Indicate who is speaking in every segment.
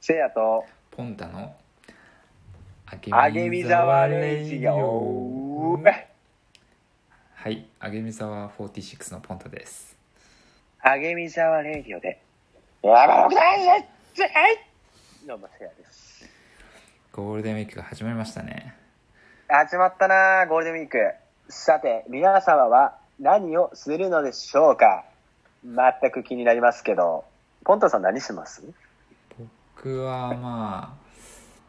Speaker 1: せやと
Speaker 2: ポンタのあけ
Speaker 1: あげみざわレイ
Speaker 2: ジ
Speaker 1: ジ
Speaker 2: オ
Speaker 1: オ
Speaker 2: はいあげみざわ46のポンタです
Speaker 1: あげみざわレイディオでやばくないぜはいどうもせやです
Speaker 2: ゴールデンウィークが始まりましたね
Speaker 1: 始まったなゴールデンウィークさて皆様は何をするのでしょうか全く気になりますけどポンタさん何します
Speaker 2: 僕はまあ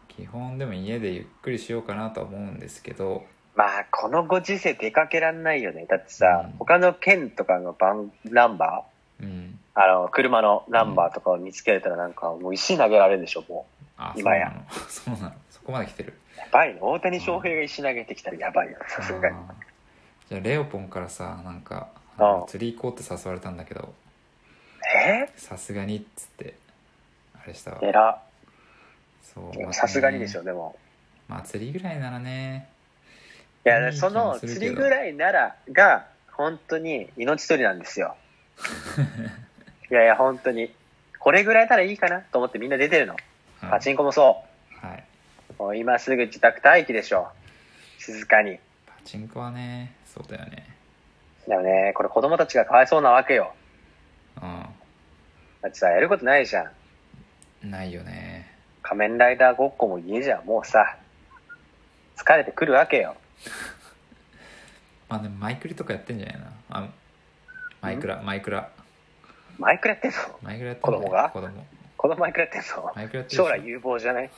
Speaker 2: 基本でも家でゆっくりしようかなとは思うんですけど
Speaker 1: まあこのご時世出かけらんないよねだってさ、
Speaker 2: うん
Speaker 1: 他の県とかの番ナンバ
Speaker 2: うん
Speaker 1: ーあの車のナンバーとかを見つけられたらなんかもう石投げられるでしょもう
Speaker 2: あ
Speaker 1: 今や
Speaker 2: そうなのそうなのそこまで来てる
Speaker 1: やばいの大谷翔平が石投げてきたらやばいよさすがに
Speaker 2: あーじゃあレオポンからさなんか
Speaker 1: ああ
Speaker 2: 釣り行こうって誘われたんだけど
Speaker 1: え
Speaker 2: さすがにっつってあれしたわ
Speaker 1: えら
Speaker 2: そう
Speaker 1: でも
Speaker 2: まあ
Speaker 1: さすがにでし
Speaker 2: ね
Speaker 1: ょでも
Speaker 2: まあ釣りぐらいならね
Speaker 1: い
Speaker 2: いい
Speaker 1: や
Speaker 2: 気
Speaker 1: そ
Speaker 2: も
Speaker 1: の
Speaker 2: するけど
Speaker 1: 釣りぐらいならが本当に命取りなんです よいやいや本当にこれぐらいならいいかなと思ってみんな出てるの
Speaker 2: うん
Speaker 1: パチンコもそ
Speaker 2: はい、
Speaker 1: うもう今すぐ自宅待機でしょ静かに
Speaker 2: パチンコはねそうだよね
Speaker 1: でもねこれ子供たちがかわいそうなわけよだってさやることないじゃん
Speaker 2: うんないよね
Speaker 1: 仮面ライダーごっこも家じゃもうさ疲れてくるわけよ
Speaker 2: まあでもマイクリとかやってんじゃないなあマイクラマイクラ
Speaker 1: マイクラやってんの
Speaker 2: マイクラやってんじゃな
Speaker 1: 子
Speaker 2: い
Speaker 1: 供が
Speaker 2: 子供
Speaker 1: 子供マイクラやってんの
Speaker 2: マイクラやってる
Speaker 1: 将
Speaker 2: でしょ
Speaker 1: 来有望じゃない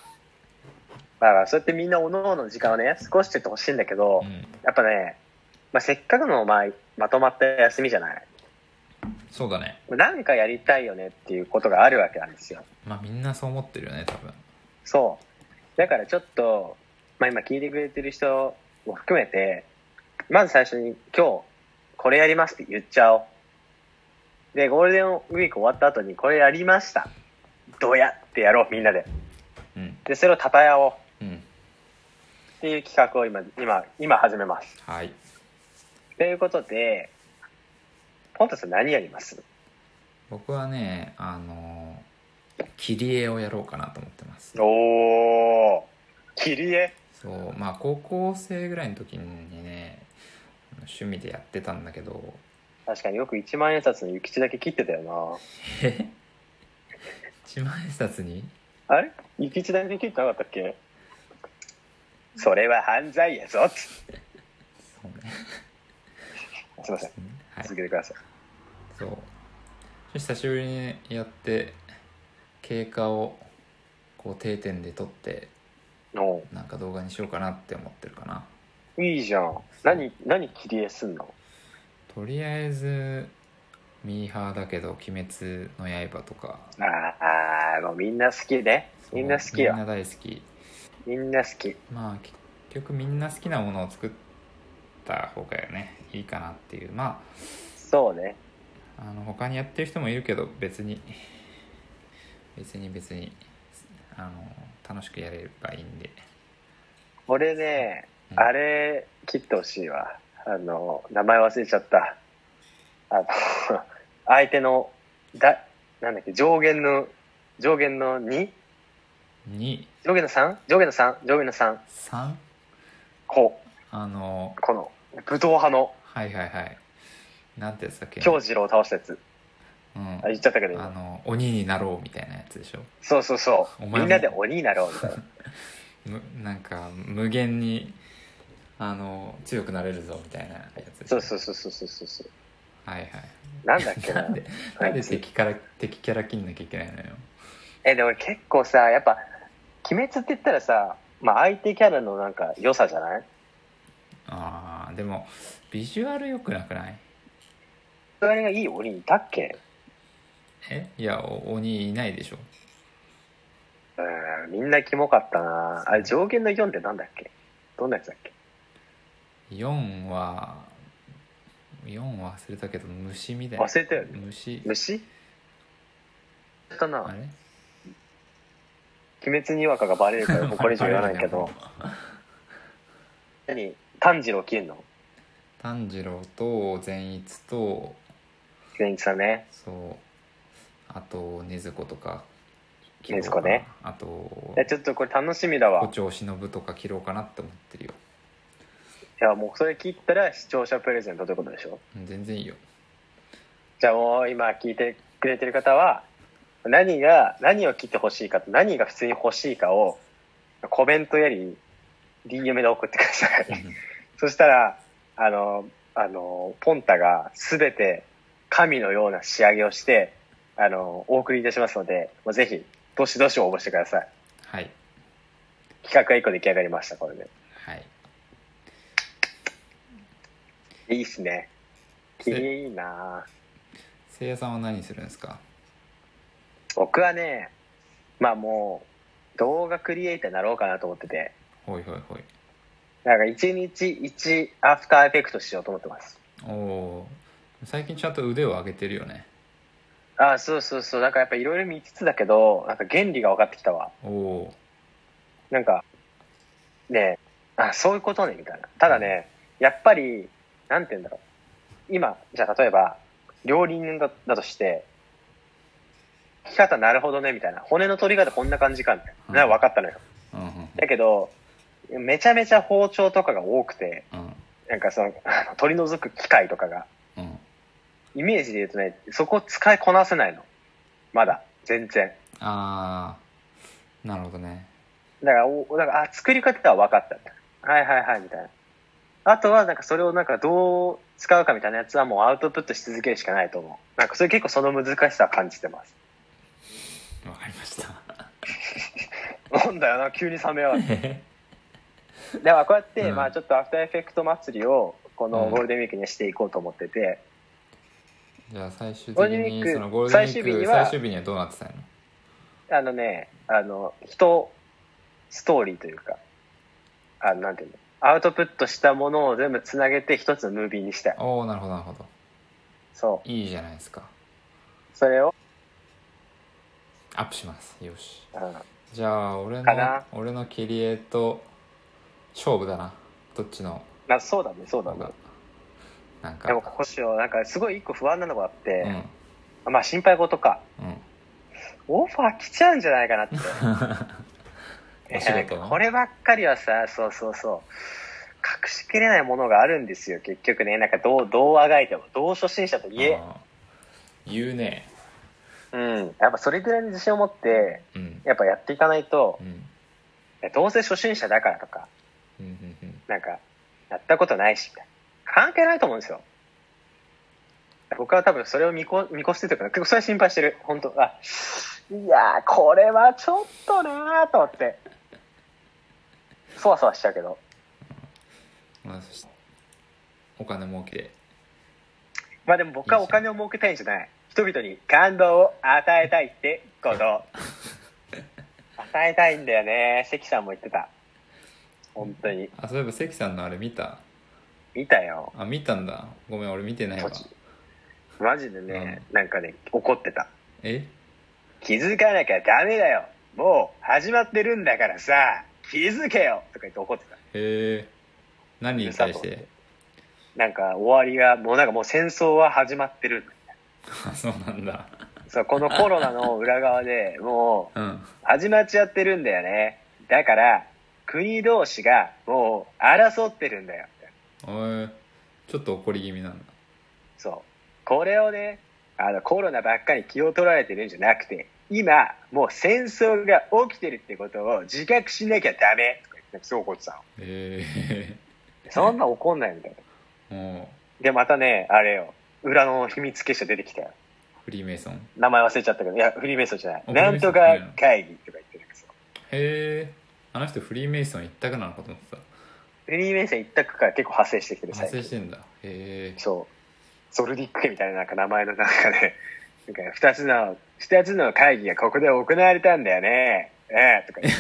Speaker 1: だからそうやってみんなおのおの時間をね過ごしてってほしいんだけど、
Speaker 2: うん
Speaker 1: やっぱね、まあ、せっかくの、まあ、まとまった休みじゃない
Speaker 2: そうだね
Speaker 1: 何かやりたいよねっていうことがあるわけなんですよ
Speaker 2: まあみんなそう思ってるよね多分
Speaker 1: そうだからちょっと、まあ、今聞いてくれてる人も含めてまず最初に今日これやりますって言っちゃおうでゴールデンウィーク終わった後にこれやりましたどうやってやろうみんなで
Speaker 2: うん
Speaker 1: でそれをたたえ合おう
Speaker 2: うん
Speaker 1: っていう企画を今、今、今始めます。
Speaker 2: はい
Speaker 1: ということで、ポンタさん何やります
Speaker 2: 僕はねあのー切り絵をやろうかなと思ってます
Speaker 1: おー、切り絵
Speaker 2: そうまあ高校生ぐらいの時にね趣味でやってたんだけど
Speaker 1: 確かによく一万円札の諭吉だけ切ってたよ
Speaker 2: え一万円札に
Speaker 1: な。あれ諭吉だけ切ってなかったっけそれは犯罪やぞつ
Speaker 2: そうね
Speaker 1: すいません。
Speaker 2: はい
Speaker 1: 続けてください。
Speaker 2: そう久しぶりにやって経過をこう定点で撮って
Speaker 1: お
Speaker 2: なんか動画にしようかなって思ってるかな
Speaker 1: ーいいじゃん。何、何切り絵すんの
Speaker 2: とりあえずミーハーだけど「鬼滅の刃」とか
Speaker 1: あー、もうみんな好きね。
Speaker 2: そう
Speaker 1: みんな好きよ
Speaker 2: みん。な大好き
Speaker 1: みんな好き。
Speaker 2: まあ結局みんな好きなものを作った方がねいいかなっていうま
Speaker 1: そうね。
Speaker 2: ああの他にやってる人もいるけど別に別に別にあの楽しくやればいいんで、
Speaker 1: 俺ね、
Speaker 2: うん
Speaker 1: あれ切ってほしいわあの名前忘れちゃったあの 相手のだなんだっけ上限の上限の 2?
Speaker 2: 2
Speaker 1: 上限の 3? 上限の3上限の3
Speaker 2: 3
Speaker 1: こう
Speaker 2: あの
Speaker 1: この武闘派の
Speaker 2: はいはいはいなんてやつだっけ
Speaker 1: 京次郎を倒したやつ
Speaker 2: うん
Speaker 1: あ言っちゃったけど
Speaker 2: あ
Speaker 1: 今
Speaker 2: の鬼になろうみたいなやつでしょ
Speaker 1: そうそうそ
Speaker 2: お
Speaker 1: う
Speaker 2: 前も
Speaker 1: みんなで鬼になろうみ たいな
Speaker 2: むなんか無限にあの強くなれるぞみたいなやつでし
Speaker 1: そ
Speaker 2: ょ
Speaker 1: うそうそうそうそうそうそう
Speaker 2: はいはい
Speaker 1: なんだっけな
Speaker 2: なんでなんで敵から敵キャラ切んなきゃいけないのよ
Speaker 1: えでも俺結構さやっぱ鬼滅って言ったらさ、まあ、相手キャラのなんか良さじゃない
Speaker 2: あーでもビジュアル良くなくない
Speaker 1: それがいい鬼いたっけ
Speaker 2: えいやお鬼いないでしょ
Speaker 1: うんみんなキモかったなあれ上限の4ってなんだっけどんなやつだっけ
Speaker 2: 4は4は忘れたけど虫みたいな
Speaker 1: 忘れたよね
Speaker 2: 虫
Speaker 1: 虫やったな
Speaker 2: あれ
Speaker 1: 鬼滅にわかがバレる からもうこれ以上言わないけど何炭治郎切るの
Speaker 2: 炭治郎と善逸と
Speaker 1: 善一さんね
Speaker 2: そうあと禰豆子とか切ろう
Speaker 1: 禰豆
Speaker 2: か
Speaker 1: 子ね
Speaker 2: なあと
Speaker 1: いやちょっとこれ楽しみだわ
Speaker 2: 胡蝶忍とか切ろうかなって思ってるよ
Speaker 1: いやもうそれ切ったら視聴者プレゼントってことでしょ
Speaker 2: うん全然いいよ
Speaker 1: じゃあもう今聞いてくれてる方は何が何を切ってほしいかと何が普通に欲しいかをコメントより DM で送ってくださいそしたら、あの、あの、ポンタがすべて神のような仕上げをして、あの、お送りいたしますので、もうぜひ、どしどし応募してください。
Speaker 2: はい
Speaker 1: 企画が一個出来上がりました、これで。
Speaker 2: はい
Speaker 1: いいっすね。い
Speaker 2: せ
Speaker 1: いなぁ
Speaker 2: せいやさんは何するんですか
Speaker 1: 僕はね、まあもう、動画クリエイターになろうかなと思ってて、
Speaker 2: ほいほいほい
Speaker 1: なんか一日一アフターエフェクトしようと思ってます。
Speaker 2: おおー最近ちゃんと腕を上げてるよね
Speaker 1: ああ、そうそうそう。なんかやっぱいろいろ見つつだけど、なんか原理が分かってきたわ。
Speaker 2: おお
Speaker 1: なんか、ねえあ、そういうことね、みたいな。ただね、やっぱり、なんて言うんだろう。今、じゃあ例えば、料理人だだとして、聞き方なるほどね、みたいな。骨の取り方こんな感じか、みたいな。
Speaker 2: うん
Speaker 1: 分かったのよ。
Speaker 2: うんうん
Speaker 1: だけど、めちゃめちゃ包丁とかが多くて、
Speaker 2: うん
Speaker 1: なんかその、あの取り除く機械とかが、
Speaker 2: うん
Speaker 1: イメージで言うとね、そこ使いこなせないの。まだ、全然。
Speaker 2: ああなるほどね
Speaker 1: だから、おなんかあ作り方は分かったみたいな。はいはいはい、みたいな。あとは、なんかそれをなんかどう使うかみたいなやつはもうアウトプットし続けるしかないと思う。なんかそれ結構その難しさは感じてます。
Speaker 2: わかりました
Speaker 1: なんだよな、急に冷めよう。 でもこうやって、
Speaker 2: うん
Speaker 1: まあちょっとアフターエフェクト祭りを、この
Speaker 2: うん
Speaker 1: ゴールデンウィークにしていこうと思ってて、
Speaker 2: じゃあ最終
Speaker 1: ゴー
Speaker 2: 的
Speaker 1: ルデンウィー
Speaker 2: に
Speaker 1: ク
Speaker 2: そのゴールデンウィ
Speaker 1: 最終日
Speaker 2: ー
Speaker 1: に
Speaker 2: ク
Speaker 1: は
Speaker 2: 最終日にはどうなってたの
Speaker 1: あのね、あの、人、ストーリーというか、あの、なんていうの、アウトプットしたものを全部つなげて一つのムービーにしたい。
Speaker 2: おおなるほどなるほど
Speaker 1: そう。
Speaker 2: いいじゃないですか
Speaker 1: それを、
Speaker 2: アップしますよし
Speaker 1: うん
Speaker 2: じゃあ俺の
Speaker 1: かな
Speaker 2: 俺の切り絵と勝負だなどっちの
Speaker 1: まあ、そうだね、そうだ
Speaker 2: 方
Speaker 1: ね。
Speaker 2: がなんか
Speaker 1: でも星をなんかすごい一個不安なのがあっ
Speaker 2: う
Speaker 1: て、
Speaker 2: ん
Speaker 1: まあ心配事か
Speaker 2: うん
Speaker 1: オファー来ちゃうんじゃないかなって
Speaker 2: お仕事の
Speaker 1: いやなんかこればっかりはさそうそうそう隠しきれないものがあるんですよ結局ねなんかどうどうあがいてもどう初心者と いえ
Speaker 2: あー言うね
Speaker 1: うんやっぱそれぐらいの自信を持って
Speaker 2: うん
Speaker 1: やっぱやっていかないと
Speaker 2: う、ん
Speaker 1: いやどうせ初心者だからとか
Speaker 2: うんうんうん
Speaker 1: なんかやったことないしみたいな関係ないと思うんですよ僕は多分それを見こ見越してというか結構それ心配してる本当あいやーこれはちょっとなーと思ってそわそわしちゃうけど
Speaker 2: まあそしてお金儲けで
Speaker 1: まあでも僕はお金を儲けたいんじゃない人々に感動を与えたいってこと与えたいんだよね関さんも言ってた本当に
Speaker 2: あそういえば関さんのあれ見た
Speaker 1: 見たよ
Speaker 2: あ見たんだごめん俺見てないわ
Speaker 1: ポチマジでね、なんかね怒ってた
Speaker 2: え
Speaker 1: 気づかなきゃダメだよもう始まってるんだからさ気づけよとか言って怒ってた
Speaker 2: へえ何に対して
Speaker 1: なんか終わりがもうなんかもう戦争は始まってる
Speaker 2: あそうなんだ
Speaker 1: そうこのコロナの裏側で もう
Speaker 2: うん
Speaker 1: 始まっちゃってるんだよねだから国同士がもう争ってるんだよ
Speaker 2: おいちょっと怒り気味なんだ
Speaker 1: そうこれをねあのコロナばっかり気を取られてるんじゃなくて今もう戦争が起きてるってことを自覚しなきゃダメとか言ってすごい怒ってたの
Speaker 2: え
Speaker 1: そんな怒んないみたいな
Speaker 2: え も
Speaker 1: で、またね、あれよ、裏の秘密結社出てきたよ。
Speaker 2: うフリーメイソンへ
Speaker 1: 名前忘れちゃったけど、いや、フリーメイソンじゃない。
Speaker 2: あ
Speaker 1: なんとか会議とか言ってるんですよ。
Speaker 2: えあの人フリーメイソン一択なのかと思ってた
Speaker 1: フリーメイソン一択から結構派生してきてる
Speaker 2: 発
Speaker 1: 最
Speaker 2: 生
Speaker 1: 近
Speaker 2: してんだへえ
Speaker 1: そう。ソルディック家みたいななんか名前のなんかね、なんか二つの、二つの会議がここで行われたんだよね。ええとか言っ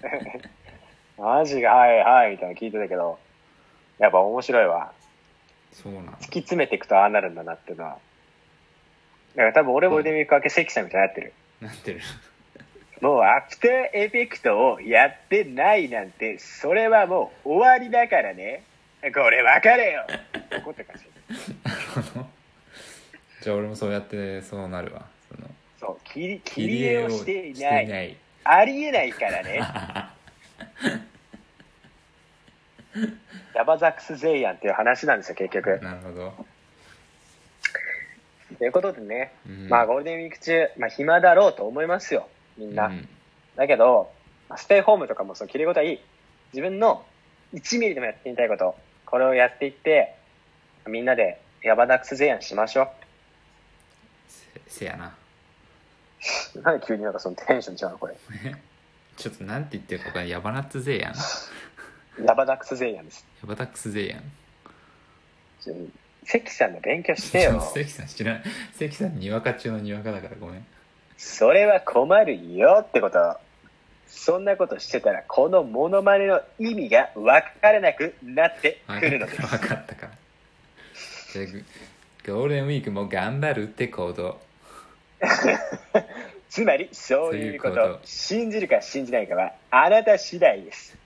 Speaker 1: て。 マジが、はいはい、みたいなの聞いてたけど、やっぱ面白いわ。
Speaker 2: そうなんだ
Speaker 1: 突き詰めていくとああなるんだなっていうのは。だから多分俺もデミック明け関さんみたいになってる。
Speaker 2: なってる
Speaker 1: もうアフターエフェクトをやってないなんて、それはもう終わりだからね。これ分かれ よ怒ったかしら。
Speaker 2: じゃあ俺もそうやってそうなるわその
Speaker 1: そう切り切り絵をしていない
Speaker 2: 切り絵をして
Speaker 1: ありえないからね ヤバザックス税やんっていう話なんですよ結
Speaker 2: い
Speaker 1: 局
Speaker 2: なるほど、
Speaker 1: ということでね、
Speaker 2: うん
Speaker 1: まあゴールデンウィーク中、まあ、暇だろうと思いますよみんな、
Speaker 2: うん
Speaker 1: だけど、まあステイホームとかもそう切り事はいい自分の1ミリでもやってみたいことこれをやっていってみんなでヤバザックス税やんしましょ
Speaker 2: せせやな
Speaker 1: うなんで急になんかそのテンション違うのこれ
Speaker 2: ちょっとなんて言ってるか分かんないヤバナッツ勢やんヤ
Speaker 1: ヤバザックス税やんです
Speaker 2: バタックス勢やん
Speaker 1: ちょ関さんも勉強してよ
Speaker 2: 関さん知らん関さんにわか中のにわかだからごめん
Speaker 1: それは困るよってことそんなことしてたらこのモノマネの意味が分からなくなって
Speaker 2: 分
Speaker 1: くるの
Speaker 2: か
Speaker 1: で
Speaker 2: っ
Speaker 1: す
Speaker 2: たわかったからじゃあゴゴールデンウィークも頑張るって行動
Speaker 1: つまりそういうこと
Speaker 2: そういうこと
Speaker 1: 信じるか信じないかはあなた次第です